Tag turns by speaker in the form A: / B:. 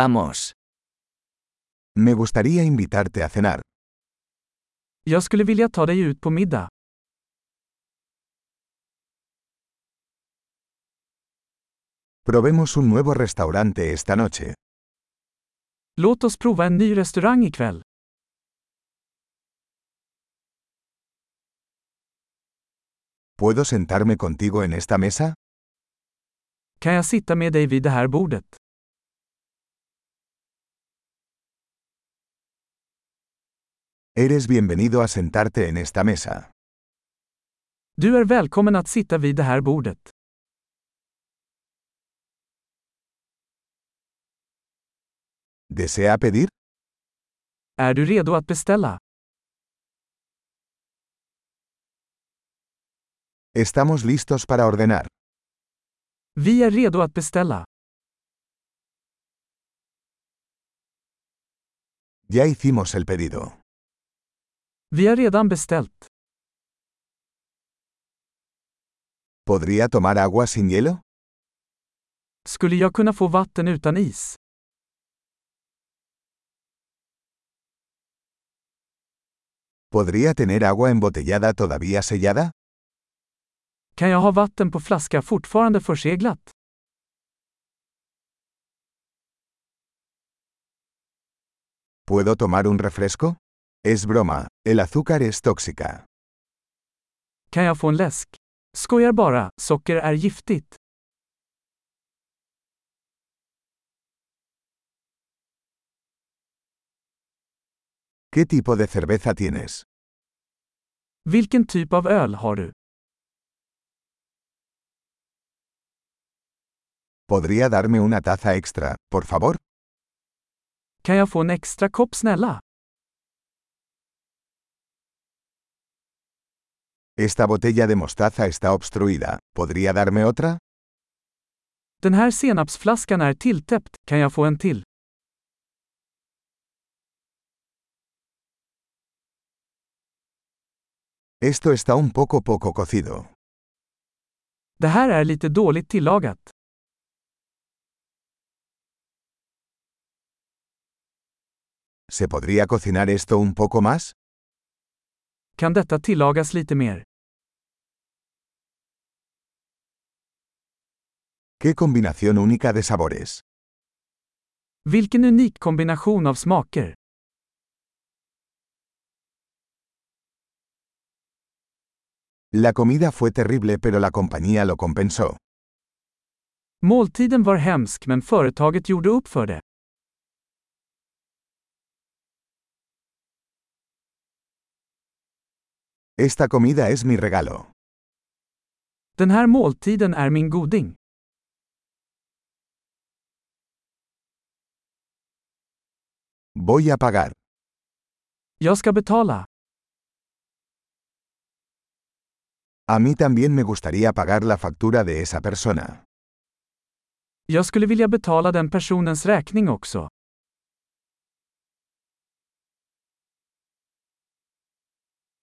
A: Vamos.
B: Me gustaría invitarte a cenar.
C: Jag skulle vilja ta dig ut på middag.
B: Probemos un nuevo restaurante esta noche.
C: Låt oss prova en ny restaurang ikväll.
B: ¿Puedo sentarme contigo en esta mesa?
C: Kan jag sitta med dig vid det här bordet?
B: Eres bienvenido a sentarte en esta mesa.
C: Du är välkommen att sitta vid det här bordet.
B: ¿Desea pedir?
C: Är du redo att beställa?
B: Estamos listos para ordenar.
C: Vi är redo att beställa.
B: Ya hicimos el pedido.
C: Vi har redan beställt.
B: ¿Podría tomar agua sin hielo?
C: Skulle jag kunna få vatten utan is?
B: ¿Podría tener agua embotellada todavía sellada?
C: Kan jag ha vatten på flaska fortfarande förseglat?
B: ¿Puedo tomar un refresco? Es broma, el azúcar es tóxica.
C: Kan jag få en läsk? Skojar bara, socker är giftigt.
B: ¿Qué tipo de cerveza tienes?
C: Vilken typ av öl har du?
B: ¿Podría darme una taza extra, por favor?
C: Kan jag få en extra kopp snälla?
B: Esta botella de mostaza está obstruida. ¿Podría darme otra?
C: Den här senapsflaskan är tilltäppt, kan jag få en till?
B: Esto está un poco poco cocido.
C: Det här är lite dåligt tillagat.
B: ¿Se podría cocinar esto un poco más?
C: Kan detta tillagas lite mer?
B: ¡Qué combinación única de sabores!
C: Vilken unik kombination av smaker!
B: La comida fue terrible pero la compañía lo compensó.
C: Måltiden var hemsk men företaget gjorde upp för det.
B: Esta comida es mi regalo.
C: Den här måltiden är min goding.
B: Voy a pagar.
C: Jag ska betala.
B: A mí también me gustaría pagar la factura de esa persona.
C: Jag skulle vilja betala den personens räkning också.